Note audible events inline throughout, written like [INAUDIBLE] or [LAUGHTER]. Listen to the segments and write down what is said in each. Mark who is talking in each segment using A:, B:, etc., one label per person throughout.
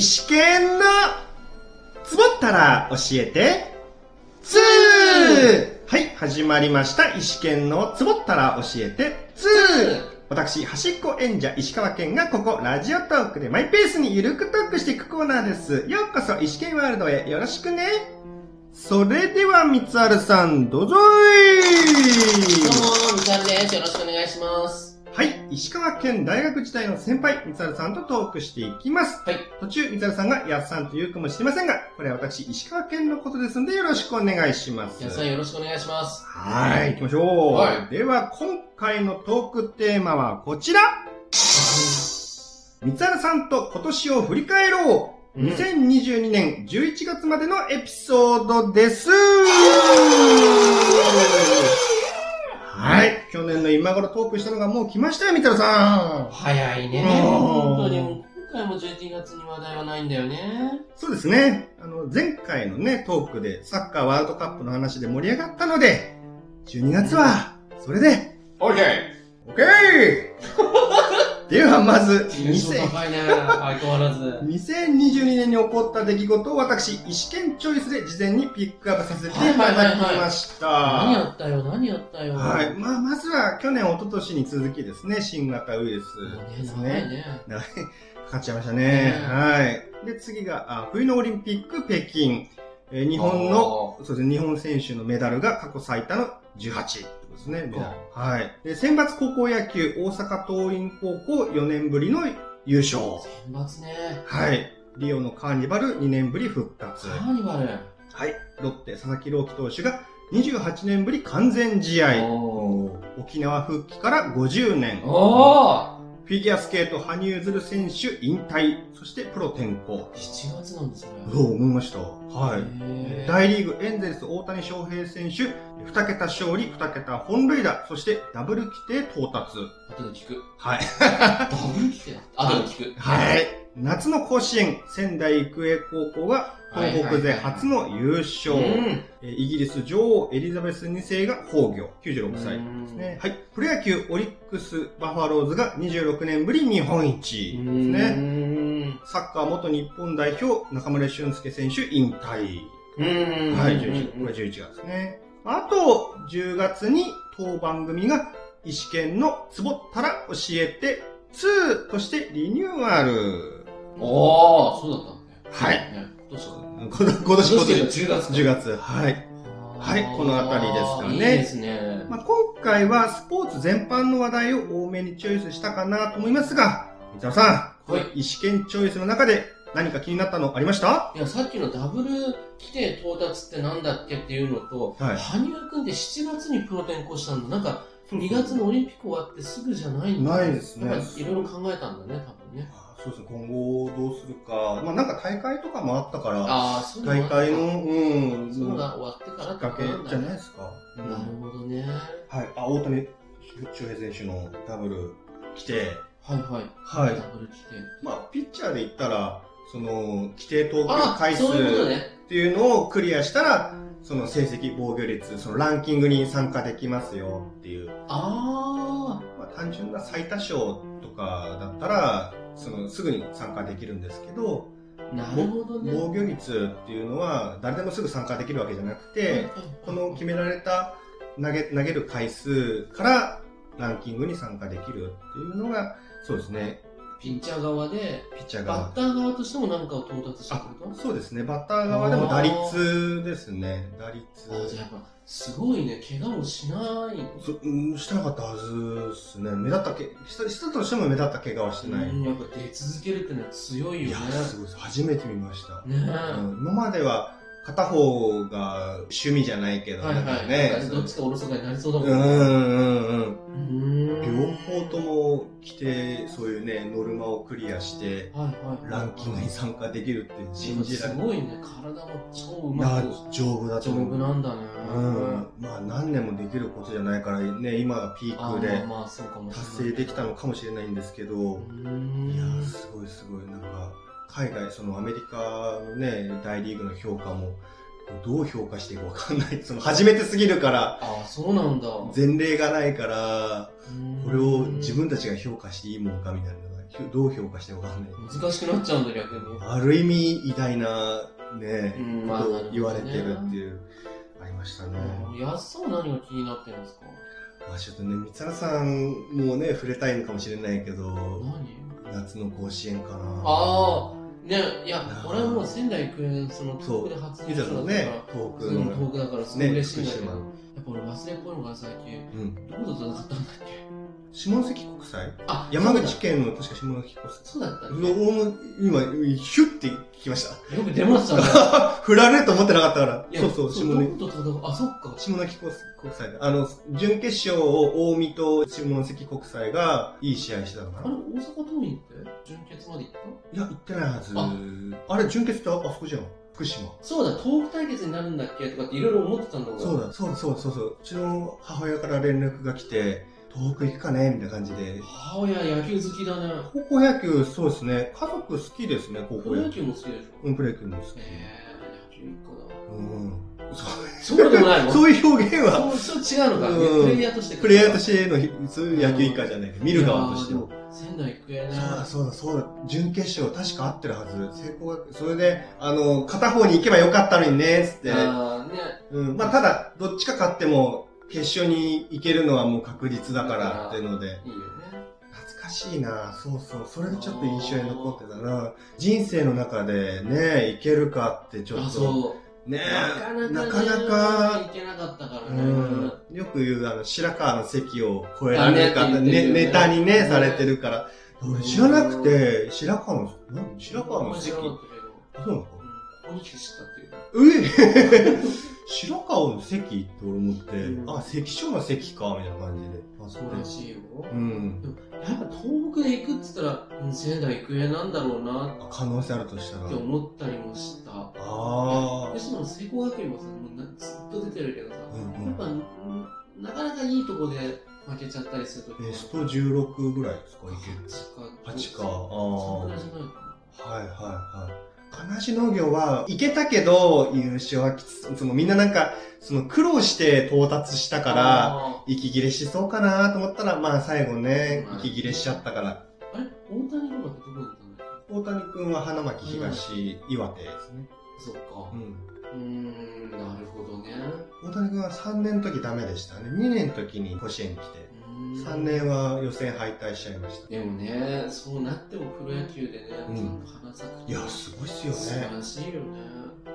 A: 試験のつぼったら教えてツーはい、始まりました。医師研のつぼったら教えてツー私、端っこ演者石川県がここ、ラジオトークでマイペースにゆるくトークしていくコーナーです。ようこそ、医師研ワールドへよろしくね。それでは、三つあるさん、どうぞ
B: どう
A: い
B: も、みさるです。よろしくお願いします。
A: はい、石川県大学時代の先輩、三つあるさんとトークしていきます。
B: はい。
A: 途中、三つあるさんが、やっさんと言うかもしれませんが、これは私、石川県のことですので、よろしくお願いします。
B: 皆さんよろしくお願いします。
A: はい、行きましょう。
B: は
A: では、今回のトークテーマはこちら。三原さんと今年を振り返ろう。
B: うん
A: 2022年11月までのエピソードです。はい、去年の今頃トークしたのがもう来ましたよ、三原さん。
B: 早いね。
A: うん
B: 本当にもう今回も11月に話題はないんだよね。
A: そうですね。あの、前回のね、トークでサッカーワールドカップの話で盛り上がったので、12月は、それで、
B: オッケー
A: オッケーではまず
B: テンション
A: 2000
B: 高いね。相変わらず。
A: 2022年に起こった出来事を私、意試験チョイスで事前にピックアップさせていただきました。
B: 何やったよ、何やったよ。
A: はい。
B: ね
A: まあ、まずは去年、一昨年に続きですね、新型ウイルスです
B: 長い
A: ね。
B: ね。
A: 長いかかっちゃいましたね。
B: ね
A: はい。で、次が、あ冬のオリンピック北京。えー日本のそうですね、日本選手のメダルが過去最多の18ですね、メダルはい。で、選抜高校野球、大阪桐蔭高校4年ぶりの優勝。
B: あー。選抜ね。
A: はい。リオのカーニバル2年ぶり復活
B: カ。ーニバル。
A: はい。ロッテ、佐々木朗希投手が28年ぶり完全試合。
B: おー。
A: 沖縄復帰から50年。フ
B: おー
A: ィギュアスケート、羽生結弦選手引退。そしてプロ転向。
B: !7 月なんですね。
A: どう思いましたはい。
B: へー
A: 大リーグ、エンゼルス、大谷翔平選手、2桁勝利、2桁本塁打、そしてダブル規定到達。
B: 後で聞く。
A: はい。
B: ダブル規定だった。後で聞く。
A: はい。夏の甲子園、仙台育英高校が東北勢初の優勝。
B: うん。
A: えーイギリス女王エリザベス2世が崩御、96歳。
B: うん
A: ね、はい。プロ野球、オリックス、バファローズが26年ぶり日本一ですね。
B: ね。
A: サッカー元日本代表、中村俊輔選手引退。
B: うん。
A: はい、11これ11月ですね。あと、10月に当番組が、医師研のつぼったら教えて2としてリニューアル。
B: おー、そうだったんだね。
A: はい
B: ね。どうしたの
A: 今年、今年、
B: どうして
A: 今
B: 10月
A: 年10月。はい。はいこの辺りですからね
B: いいですね。
A: まあ、今回はスポーツ全般の話題を多めにチョイスしたかなと思いますが、三沢さん、
B: はい
A: 医師研チョイスの中で何か気になったのありました
B: いや、さっきのダブル規定到達ってなんだっけっていうのと、
A: はい
B: 羽生くんって7月にプロ転向したんだ。なんか、2月のオリンピック終わってすぐじゃないんだ
A: ないですね
B: やっぱりいろいろ考えたんだね、多分ね。
A: あーそうですね、今後どうするか。まあ、なんか大会とかもあったから、
B: ああ、そういう
A: 大
B: のが
A: 会の、うん、
B: そういうのが終わってから
A: きっかけ
B: なん
A: じゃ
B: だ
A: ない
B: ね。
A: ですか。うん
B: なるほどね。
A: はい。あ、大谷翔平選手のダブル規定。
B: はいはい。
A: はい
B: ダブル規定。
A: まあ、ピッチャーで言ったら、その、規定投球
B: あ
A: 回、数
B: そういうこと
A: っ
B: ね。
A: ていうのをクリアしたら、その成績、防御率、そのランキングに参加できますよっていう。
B: あ
A: まあ、単純な最多勝とかだったら、その、すぐに参加できるんですけど、
B: あ、なるほどね。
A: 防御率っていうのは、誰でもすぐ参加できるわけじゃなくて、この決められた投げ投げる回数からランキングに参加できるっていうのが、そうですね、
B: ピッチャー側で、
A: ピッチャー
B: バ
A: 側
B: ッ。ター側としても何かを到達したってこと
A: そうですね、バッター側でも打率ですね、打率。
B: あじゃあやっぱ、すごいね、怪我もしない。
A: そうんしてなかったはずですね、目立ったけしたしたとしても目立った怪我はしてない。
B: うんやっぱ出続けるってのは強い
A: い
B: よ
A: や
B: ね。、
A: すごいです、初めて見ました。
B: ねえ。
A: うん今までは片方が趣味じゃないけど、
B: はい
A: なん
B: は
A: か
B: い。
A: ね、
B: なんかどっちかおろそかになりそうだ
A: う
B: も
A: んうん
B: ね。
A: んうん。
B: うん
A: 両方と。も来て、そういうね、ノルマをクリアして、
B: はいはい。
A: ランキングに参加できるって信じられ
B: す
A: ない。
B: ごいね、体も超うま
A: な
B: く。
A: 丈夫だと
B: 丈
A: 思
B: 夫
A: う。
B: なんだね。
A: うん。まあ何年もできることじゃないからね、今がピ
B: あ
A: ー
B: ー
A: クで
B: まあまあ、そうかもしれない。
A: 達成できたのかもしれないんですけ
B: う
A: ど、
B: ん。
A: いやー、すごいすごい。なんか、海外、そのアメリカのね、大リーグの評価も、どう評価していいかわかんない。その初めてすぎるから、
B: ああ、そうなんだ。
A: 前例がないから、これを自
B: 分
A: 分たちが評価していいもんかみたいなのがひょどう評価してわかんない。
B: 難しくなっちゃうんだ、逆に。
A: ある意味、偉大な、ね、
B: うん
A: こ
B: まあ
A: とを言われてる
B: なるほど
A: っ
B: ね
A: ていう、ありましたね。
B: うん安さんは何が気になってるんですか
A: まあちょっとね、三原さんもね、触れたいのかもしれないけど、
B: 何
A: 夏の甲子園かな。
B: ああ、ね、いや、俺はもう仙台育英、その、東北で初
A: 見
B: 優
A: た
B: 勝だ
A: の
B: った
A: ね
B: か、
A: 遠
B: ら、
A: く
B: それも
A: の。
B: 東北だからすごい
A: ね、
B: 嬉しい
A: 福
B: んだけど、
A: 島
B: や
A: の。
B: っぱ俺忘れっぽいのが最近、
A: うん。
B: どこと戦ったんだっけ
A: 下関国際
B: あ、
A: 山口県の、確か下関国際。
B: そうだったっ
A: うわ、俺も今、ヒュッて聞きました。
B: けよく出ました
A: [LAUGHS]
B: ね。
A: 振られると思ってなかったか
B: い
A: ら。
B: や
A: そうそう、下
B: ど
A: 関
B: こと戦う、あ、そっか。
A: 下関国際だあの、準決勝を近江と下関国際がいい試合してたのか
B: あれ、
A: な
B: 大阪桐蔭って準決まで行った
A: いや、行ってないはず。
B: あ
A: あれ、準決ってああそこじゃん。福島。
B: そうだ、東北対決になるんだっけとかっていろいろ思ってたんだけど、
A: そうだ、そうだ、そうだそうそう。うちの母親から連絡が来て、東北行くかねみたいな感じで。
B: 母親野球好きだね。
A: 高校野球、そうですね。家族好きですね、高
B: プ
A: 校
B: ロ野
A: 野球。
B: 球も好きでしょ
A: うん、プロ野球も好き。
B: えー、野球一個だ。
A: うん。
B: そうでもない
A: [LAUGHS]
B: の
A: そういう表現は、
B: そうそう違うのか、
A: うん
B: プレイヤーとして
A: プレイヤーとしての、そういう野球以下じゃないけど、見る側として
B: いや
A: の
B: ー。でも仙台育英ね
A: そうだそうだそうだ準決勝確か合ってるはず成功学それであの片方に行けばよかったのにねっつって、
B: あーね
A: うん、まあただどっちか勝っても決勝に行けるのはもう確率だからっていうので
B: いいよね
A: 懐かしいなそうそうそれでちょっと印象に残ってたな人生の中でね行けるかってちょ
B: あ
A: っと
B: そ
A: ね
B: うなかなか
A: なかなか
B: いけなかったから
A: う
B: ね、
A: んよく言うあの白川の席を越えられるかって
B: あね
A: ねネタにね
B: うん
A: されてるから俺知らなくて白川の何白川の席
B: 面白かっ
A: あそうなのか
B: たけどうんここに来て知ったっていう
A: え
B: [LAUGHS]
A: え白川の関って俺思って、
B: うん
A: あ、関所の関か、みたいな感じで。あ、
B: そうらしいよ、
A: うん。
B: やっぱ東北で行くっつったらうん仙台育英なんだろうなっ
A: あ可能性あるとしたら。
B: て思ったりもした
A: あ
B: 福島の聖光学院もさもうなずっと出てるけどさ、
A: あ。うんう
B: やっ
A: ん。
B: ぱうんなかなかいいとこで負けちゃったりするとき
A: ベスト16ぐらいですか、いける。
B: 8
A: 8
B: か
A: か。ああ。
B: そんくらいじゃないかな
A: はいはいはい。金足農業は、行けたけど、優勝はきつ、そのみんななんか、その苦労して到達したから、
B: あ
A: 息切れしそうかなと思ったら、まあ最後ね
B: まあ、
A: 息切れしちゃったから、
B: ーあれ大谷とかってどこに行ったんだっ
A: 大谷君は花巻東、岩手ですね。
B: けそっか
A: う。
B: うんーんなるほどね
A: 大谷君は3年の時ダメでしたね。2年の時に甲子園に来て
B: う、ーん
A: 3年は予選敗退しちゃいました。
B: でもねそうなってもプロ野球でね、
A: うん
B: ちゃんと花咲くって
A: いや、すごいっすよ
B: 素晴
A: ね。
B: らしいよね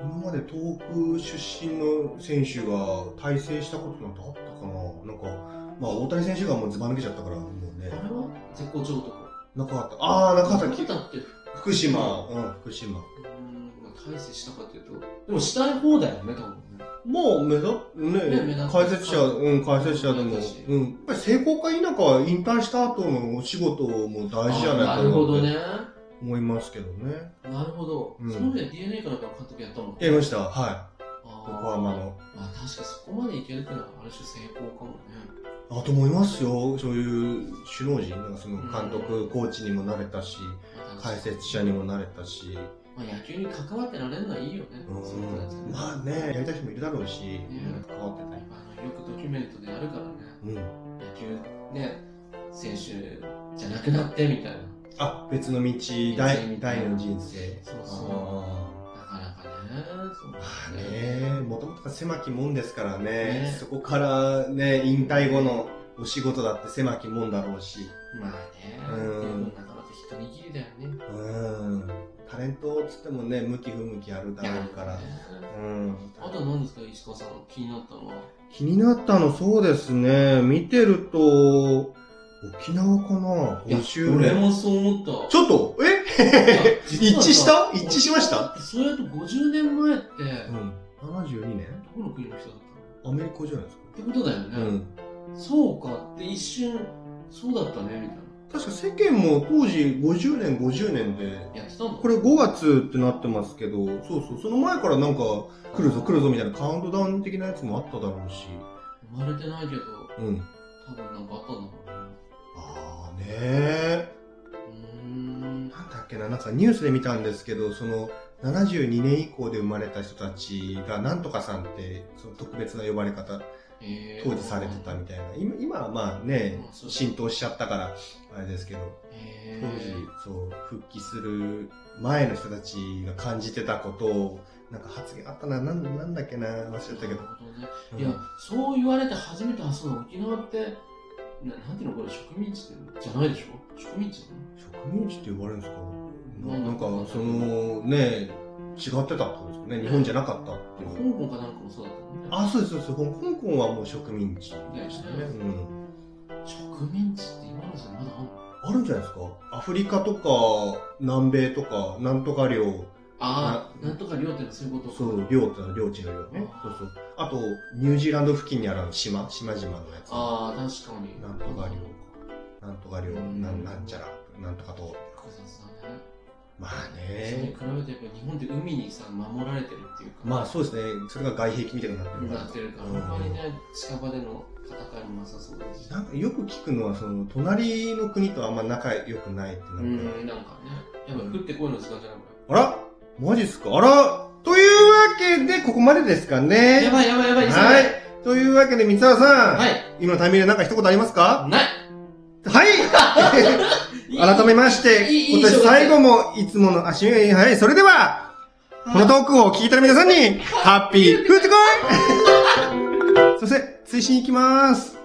A: 今まで東北出身の選手が対戦したことなんてあったかななんか、まあ大谷選手がもうずば抜けちゃったから、もう
B: あれ
A: ね。
B: は絶好調とか
A: 中畑、ああ、中
B: 勝
A: 畑、
B: ったってう
A: 福島、うん、福島。
B: ーんまあ大勢したかっていうとでもしたい方だよね多分ね
A: もう目立
B: ね
A: ね
B: 目立つ
A: 解説者、うん、解説者で
B: 目
A: も
B: 立つし、
A: うん、やっぱり成功か否かは引退した後のお仕事も大事じゃない
B: あ
A: か
B: なるほど
A: なって
B: ね
A: 思いますけどね。
B: なるほど、
A: うん
B: その上で DNA かなんかの監督やったもんね
A: やりました、は
B: あ
A: い。
B: ー
A: 横浜の。
B: まあ確かにそこまでいけるってのはある種成功かもね。
A: あと思いますよ、そういう首脳陣、なんかその監督、
B: うん
A: コーチにもなれたし、
B: まあ、
A: 解説者にもなれたし、
B: まあ野球に関わってられるのはいいよね。
A: うん
B: そういう人たちね
A: まあね、やりたい人もいるだろうし、変わってたり。
B: あのよくドキュメントでやるからね。
A: うん。
B: 野球ね、選手じゃなくなってみたいな。
A: あ、別の道、第第の人生。
B: そうそ
A: あ
B: う。なかなかね。そう
A: あねもともとが狭きもんですからね
B: ね
A: そこからね引退後のお仕事だって狭きもんだろうし
B: まあね。
A: うん
B: なかなか一握りだよね。
A: うんタレントっつってもね向き不向きあるだろうから、うん、
B: あとは何ですか、石川さん。気になったのは。
A: 気になったのそうですね見てると沖縄かない
B: や
A: 5周
B: 俺
A: 年
B: もそう思った。
A: ちょっとえ
B: え
A: 一致した一致しました
B: そうやと50年前って、
A: うん72年
B: どこの国の人だっ
A: アメリカじゃないですか
B: たのってことだよね、
A: うん
B: そうかって一瞬そうだったねみたい
A: 確か世間も当時50年50年で
B: なやってたんだ
A: これ5月ってなってますけど、そうそう、その前からなんか、来るぞ来るぞみたいなカウントダウン的なやつもあっただろうし。
B: 生まれてないけど
A: うん。
B: 多分なんかあったんだろ
A: ああねえ。
B: うねうーん
A: なんだっけな、なんかニュースで見たんですけど、その、72年以降で生まれた人たちが、なんとかさんって、その特別な呼ばれ方
B: へー
A: 当時されてたみたいな。今今はまあね
B: まあ、そう
A: 浸透しちゃったから、あれですけど、
B: へ
A: 当
B: ー
A: 時、そう、復帰する前の人たちが感じてたことを、なんか発言あったな、なんなんだっけな、忘れちゃったけど
B: なる。ほどね
A: うん
B: いや、そう言われて初めて発想の沖縄って、ななんていうのこれ、植民地じゃないでしょ植民地
A: 植民地って呼ばれるんですかな
B: うん
A: なんか、その、ね、違ってたってことですかね。日本じゃなかったっていう。
B: 香港かなんかもそうだったもんね。
A: あ、そうです、そうです。香港はもう植民地でしたね。
B: う
A: うん。
B: 植民地って今の時代まだあんの
A: あるんじゃないですかアフリカとか、南米とか、なんとか領、
B: ああ、なんとか領ってのはそういうことか。
A: そう、領ってのは領地の領ね。そうそう。あと、ニュージーランド付近にあるあの島、島々のやつ。
B: ああ、確かに。
A: なんとか領か。なんとか領、なんなんちゃら、なんとかと。
B: 複雑だね。
A: まあ
B: それに
A: ね
B: 比。べてやっぱり日本って海にさ、守られてるっていうか。
A: まあそうですね。それが外壁みたいになってるから。
B: なってるから、あんまりね、近場での戦いもなさそうだし。
A: なんかよく聞くのは、その、隣の国とあんま仲良くないって
B: う
A: なるから。
B: ん、なんかね。やっぱ降ってこいの時間じゃないもんね。
A: あらマジっすかあらというわけで、ここまでですかね。
B: やばいやばいやばい。
A: はい。というわけで、三沢さん。
B: はい。
A: 今のタイミングで何か一言ありますか
B: ない
A: はい改めまして、
B: いいいい
A: 今年最後もいつもの足がいい。はい。それでは、このトークを聞いてる皆さんに、ハッピーフットコイン [LAUGHS] そして、追伸いきます。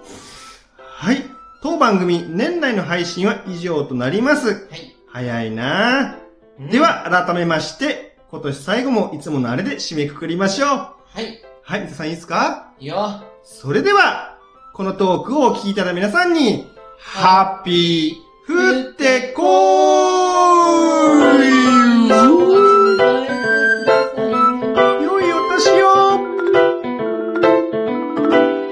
A: はい。当番組、年内の配信は以上となります。
B: はい。
A: 早いなぁ。で、は、改めまして、今年最後もいつものあれで締めくくりましょう。
B: はい。
A: はい、皆さんいいですか
B: いいよ。
A: それでは、このトークを聞いたら皆さんに、ハッピー、ふってこー